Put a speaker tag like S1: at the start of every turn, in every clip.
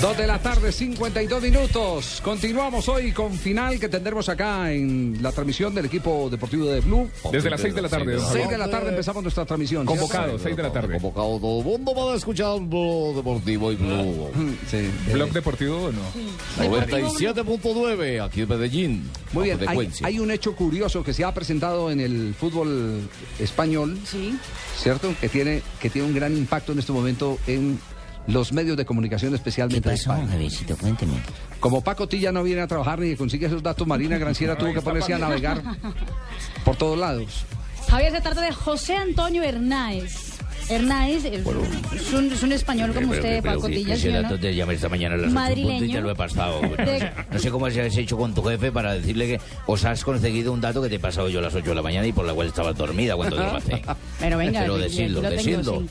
S1: Dos de la tarde, 52 minutos. Continuamos hoy con final que tendremos acá en la transmisión del equipo deportivo de Blue.
S2: Desde las 6 de la tarde. don Javier.
S1: 6 de la tarde empezamos nuestra transmisión. ¿cierto?
S2: Convocado, 6 de la tarde.
S3: Convocado todo el mundo para escuchar Blog Deportivo y Blue.
S1: Sí.
S2: ¿Blog deportivo o no?
S3: 97.9 aquí en Medellín.
S1: Muy bien,
S3: Bajo
S1: hay,
S3: frecuencia.
S1: hay un hecho curioso que se ha presentado en el fútbol español,
S4: Sí.
S1: ¿cierto? Que tiene, que tiene un gran impacto en este momento en los medios de comunicación,
S5: ¿Qué
S1: especialmente en
S5: pasó,
S1: España.
S5: Javiercito? Cuénteme.
S1: Como Paco Tilla no viene a trabajar ni consigue esos datos, Marina Granciera tuvo que ponerse a navegar por todos lados.
S4: Javier, se trata de José Antonio Hernández. Hernández es, es un, es un español como
S5: Eh,
S4: usted, Paco Tilla,
S5: Ese
S4: ¿sí o no?
S5: dato te llamé esta mañana a las ocho en punto y te
S4: Madrileño.
S5: lo he pasado. No
S4: De-
S5: sé, no sé cómo se has hecho con tu jefe para decirle que os has conseguido un dato que te he pasado yo a las 8 de la mañana y por la cual estabas dormida cuando te lo pasé.
S4: Pero venga,
S5: Pero
S4: aquí-
S5: decidlo,
S4: aquí lo tengo,
S5: decidlo.
S4: sí.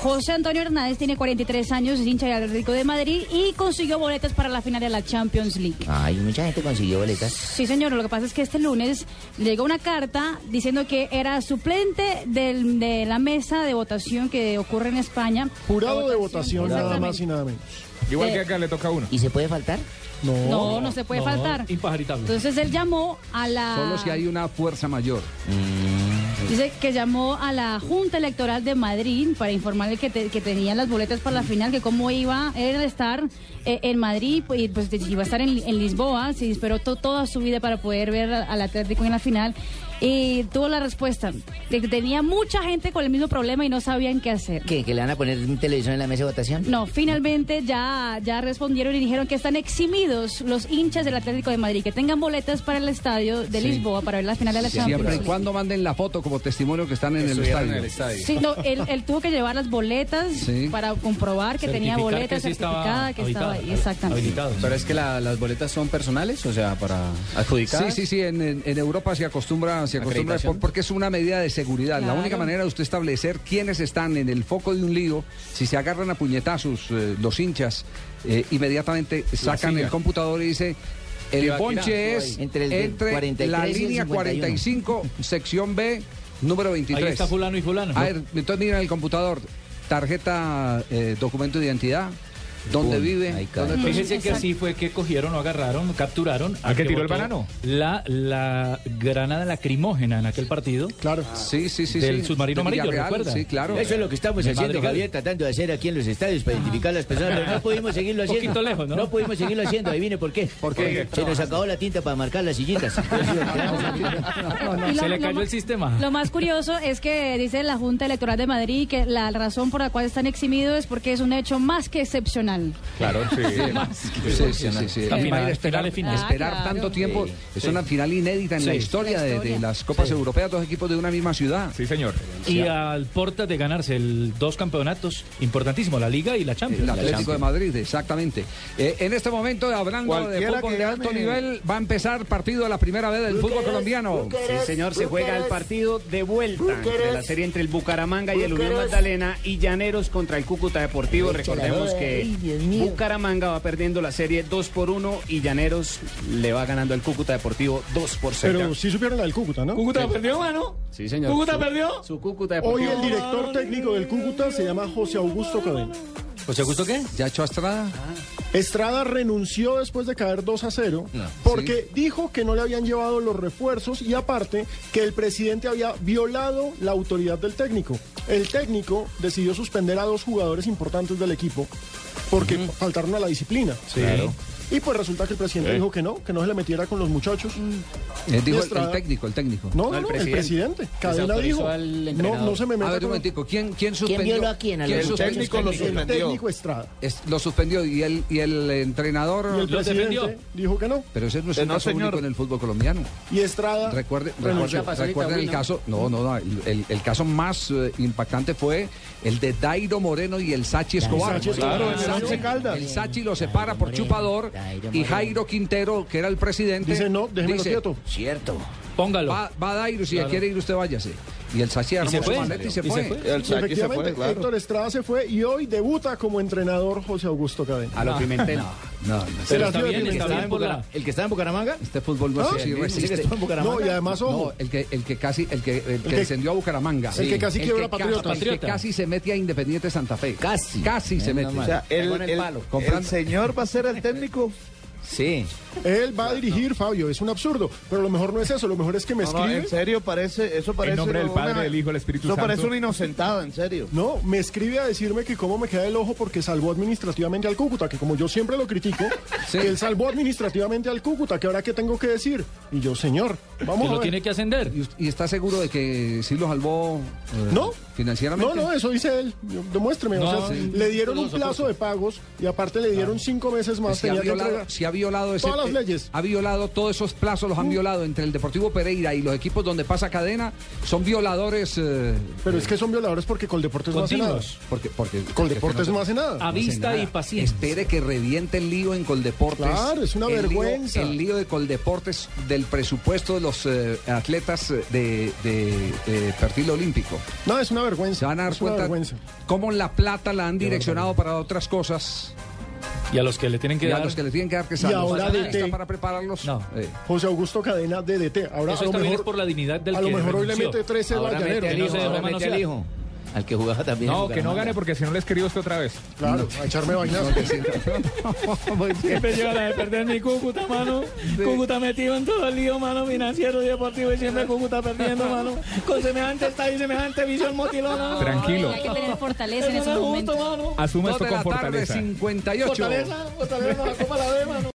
S4: José Antonio Hernández tiene 43 años, es hincha del Rico de Madrid y consiguió boletas para la final de la Champions League.
S5: Ay, mucha gente consiguió boletas.
S4: Sí, señor, lo que pasa es que este lunes llegó una carta diciendo que era suplente del- de la mesa de votación que ocurre en España.
S6: Jurado de
S4: La
S6: votación, nada
S4: exactamente.
S6: más y nada menos.
S2: Igual
S4: Eh,
S2: que acá le toca a uno.
S5: ¿Y se puede faltar?
S4: No, no se puede faltar. Entonces él llamó a la...
S1: Solo si hay una fuerza mayor.
S4: Dice que llamó a la Junta Electoral de Madrid para informarle que, te- que tenían las boletas para la final, que cómo iba él a estar eh, en Madrid, pues, y pues iba a estar en, en Lisboa, se esperó to- toda su vida para poder ver a- al Atlético en la final. Y tuvo la respuesta de que tenía mucha gente con el mismo problema y no sabían qué hacer.
S5: ¿Qué? ¿Que le van a poner un televisor en la mesa de votación?
S4: No, finalmente ya, ya respondieron y dijeron que están eximidos los hinchas del Atlético de Madrid, que tengan boletas para el estadio de Lisboa para ver la final de la Champions.
S1: Siempre y cuando manden la foto como testimonio que están en el estadio.
S4: Sí, no, él, él tuvo que llevar las boletas
S1: Sí.
S4: para comprobar que tenía boletas certificada, que estaba ahí, exactamente.
S7: Pero es que la- las boletas son personales, o sea, para adjudicar.
S1: Sí, sí, sí, en, en- en Europa se acostumbra, se acostumbra
S7: Acreditación.
S1: por- porque es una medida de seguridad. La
S4: Claro.
S1: única manera de usted establecer quiénes están en el foco de un lío, si se agarran a puñetazos eh, los hinchas, eh, inmediatamente sacan
S2: silla.
S1: el computador y dice, el
S7: Tibaquirá,
S1: ponche es
S7: ahí.
S5: Entre
S1: entre,
S5: el del 43
S1: la
S5: y el
S1: línea
S5: 51.
S1: 45, sección B, número 23. Ahí está fulano y fulano. A ver, entonces miran el computador, tarjeta, eh, documento de identidad, dónde
S5: Pum, ahí
S1: vive,
S5: cae.
S1: dónde
S8: Fíjense que así fue que cogieron o agarraron, capturaron
S2: ¿A
S8: al
S2: qué
S8: que
S2: tiró el
S8: botó
S2: banano?
S8: La, la granada lacrimógena en aquel partido.
S6: Claro.
S1: Sí, sí, sí.
S8: Del
S1: sí.
S8: submarino
S1: De
S8: amarillo,
S1: Villarreal,
S8: ¿recuerda?
S1: Sí, claro.
S5: Eso es lo que estamos
S8: De
S5: haciendo,
S8: Madrigal.
S5: Javier, tratando de hacer aquí en los estadios para identificar a las personas, pero no pudimos seguirlo
S8: Un
S5: haciendo.
S8: poquito lejos, ¿no?
S5: pudimos seguirlo haciendo, ahí viene por qué.
S1: ¿Por qué?
S5: Se nos acabó la tinta para marcar las sillitas.
S4: Y
S8: Se le cayó
S4: ma-
S8: el sistema.
S4: Lo más curioso es que dice la Junta Electoral de Madrid que la razón por la cual están eximidos es porque es un hecho más que excepcional.
S2: Claro,
S1: Sí, sí, sí, sí, sí.
S8: La
S1: Y
S8: final,
S1: va a ir a esperar,
S8: final es final.
S1: esperar
S4: Ah, claro.
S1: tanto tiempo.
S5: Sí,
S1: es una final inédita en la
S8: Sí.
S1: historia,
S4: La
S1: de- De,
S4: historia.
S1: las Copas Europeas, dos equipos de una misma ciudad.
S2: Sí, señor.
S8: Y al portas de ganarse el dos campeonatos importantísimo, la Liga y la Champions.
S1: El Atlético de Madrid, exactamente. Eh, en este momento, hablando de
S6: Cualquiera
S1: fútbol
S6: que
S1: de alto
S6: gane.
S1: nivel, va a empezar partido de la primera vez del
S5: eh,
S1: fútbol colombiano.
S7: Sí, señor, se juega el partido de vuelta de la serie entre el Bucaramanga y el Unión Magdalena y Llaneros contra el Cúcuta Deportivo. Recordemos que Bucaramanga va perdiendo la serie 2 por 1 y Llaneros le va ganando al Cúcuta Deportivo 2 por 0.
S6: Pero sí supieron la del Cúcuta, ¿no?
S7: ¿Cúcuta perdió, mano? Sí, señor. ¿Cúcuta perdió? Su Cúcuta
S6: Hoy
S7: Deportivo.
S6: el director técnico del Cúcuta se llama José Augusto Cadena.
S8: ¿José Augusto qué?
S1: ¿Ya hecho Estrada?
S6: Estrada renunció después de caer 2 a 0 porque dijo que no le habían llevado los refuerzos y aparte que el presidente había violado la autoridad del técnico. El técnico decidió suspender a dos jugadores importantes del equipo porque faltaron a la disciplina. Y pues resulta que el presidente
S3: Eh.
S6: dijo que no, que no se le metiera con los muchachos.
S1: Eh, dijo
S6: Y
S1: el,
S6: Estrada-
S1: el técnico, el técnico.
S6: Mm. No, no, no, el presidente. Cadena
S7: Desautorizó
S6: dijo.
S7: al
S6: No,
S7: entrenador.
S6: no se me
S1: A
S6: meta
S1: ver, un
S6: con
S1: momentico, ¿quién, quién suspendió?
S9: violó a quién? ¿A
S1: ¿Quién
S9: los
S1: suspendió?
S9: técnico
S6: el
S9: lo
S6: técnico, Estrada.
S1: Es- lo suspendió y el, y el entrenador...
S6: Y el
S8: Lo
S6: presidente
S8: defendió.
S6: dijo que no. Ah,
S1: Pero ese no es
S9: Que
S1: un
S9: no,
S1: caso
S9: señor.
S1: único en el fútbol colombiano.
S6: Y Estrada.
S1: Recuerde,
S6: renunció.
S1: recuerde- recuerden el caso, no, no, no, el, el- el caso más eh, impactante fue el de Dairo Moreno y el Sachi Escobar.
S6: Sachi Escobar,
S1: Claro,
S6: el
S1: el,
S6: Once
S1: Sachi,
S6: Caldas.
S1: el Sachi lo separa por
S9: Moreno,
S1: chupador
S9: Dairo
S1: y
S9: Moreno.
S1: Jairo Quintero, que era el presidente,
S6: Dice, no, déjemelo
S1: dice,
S6: quieto.
S5: Cierto.
S8: Póngalo.
S1: Va, va Dairo, si
S8: Claro.
S1: quiere ir usted váyase. Y el Sachi armó
S8: se
S1: su
S8: fue.
S1: maleta y se
S8: Y se
S1: fue.
S8: fue.
S9: El saque se
S6: Efectivamente,
S9: fue, claro.
S6: Héctor Estrada se fue y hoy debuta como entrenador José Augusto Cadena.
S7: A lo Pimentel.
S1: No, no,
S6: Será
S8: está
S6: tío de
S8: bien,
S6: Pimentel.
S8: está bien por la...
S5: ¿El que está en Bucaramanga?
S1: este fútbol no es así,
S5: ¿Ese que
S1: resiste.
S5: está en Bucaramanga?
S6: No, y además,
S1: No,
S6: ojo,
S1: el que, el que casi, el que, el que
S6: que-
S1: descendió a Bucaramanga.
S6: el que casi quiebra
S1: ca-
S6: Patriotas.
S1: el que
S8: Patriota.
S1: casi se mete a Independiente Santa Fe.
S5: Casi.
S1: Casi se
S5: Eh,
S1: mete.
S5: no
S9: O
S5: más.
S9: sea, el,
S7: Pegó en el
S9: el-
S7: palo.
S9: el
S1: Comprando.
S9: señor va a ser el técnico.
S5: Sí.
S6: él va a dirigir, Fabio, es un absurdo, pero lo mejor no es eso, lo mejor es que me
S9: No, no,
S6: escribe.
S9: en serio, parece, eso parece...
S2: nombre del
S9: una-
S2: Padre, del Hijo, del Espíritu
S9: Eso
S2: Santo.
S9: parece una inocentada, en serio.
S6: No, me escribe a decirme que cómo me queda el ojo porque salvó administrativamente al Cúcuta, que como yo siempre lo critico,
S1: Sí.
S6: que él salvó administrativamente al Cúcuta, que ahora qué tengo que decir. Y yo, señor,
S8: Que
S6: vamos a
S8: lo
S6: ver.
S8: tiene que ascender.
S1: ¿Y, us- y está seguro de que sí lo salvó eh,
S6: No.
S1: financieramente?
S6: No, no, eso dice él. Yo- Demuéstreme. o sea, le dieron un plazo de pagos y aparte le dieron cinco meses más.
S1: Si ha,
S6: tenía que
S1: violado,
S6: entregar.
S1: si ha violado ese-
S6: Todas las leyes. Uh.
S1: Ha violado todos esos plazos, los han violado entre el Deportivo Pereira y los equipos donde pasa cadena. Son violadores eh,
S6: Pero es que son violadores porque Coldeportes no hace nada.
S8: Continuos.
S1: porque, porque
S6: Coldeportes no hace nada.
S8: A vista y paciencia.
S1: Espere que reviente el lío en Coldeportes.
S6: Claro, es una
S1: El lío-
S6: vergüenza.
S1: el lío de Coldeportes del presupuesto de los eh, atletas eh, de, de- de perfil olímpico.
S6: No, es una vergüenza.
S1: Se van a dar
S6: es una
S1: cuenta
S6: vergüenza.
S1: cómo la plata la han direccionado para otras cosas.
S8: Y a los que le tienen que
S1: Y a
S8: dar...
S1: los que le tienen que dar que
S6: Y ahora
S1: ¿Está
S6: DT.
S1: lista para prepararlos.
S8: No.
S1: Eh,
S6: José Augusto Cadena, DDT. Ahora,
S8: Eso
S6: a lo
S8: está bien,
S6: mejor,
S8: es por la dignidad del
S6: a lo
S8: que
S6: mejor hoy le
S8: renunció. Ah.
S6: mete 13
S5: Ahora mete al
S8: que no
S5: hijo,
S8: se
S5: ahora
S8: dejó
S5: mete
S8: manosear.
S5: al hijo. Al que jugaba también. en
S2: No, que no
S5: Bucaramanga.
S2: gane porque si no le escribo usted otra vez.
S6: Claro, a echarme vainazo.
S8: Siempre lleva la de perder mi Cúcuta, mano. Cúcuta metido en todo el lío, mano, financiero y deportivo. Y siempre Cúcuta perdiendo, mano. Con semejante estadio y semejante visión motilona.
S2: Tranquilo.
S4: Hay que tener fortaleza en
S8: Eso
S4: esos
S8: no es justo,
S4: momentos.
S8: mano.
S2: Asuma
S1: Dos
S2: esto
S1: de
S2: con
S1: la tarde,
S2: fortaleza.
S1: 58.
S7: Fortaleza, Fortaleza, no la copa la ve, mano.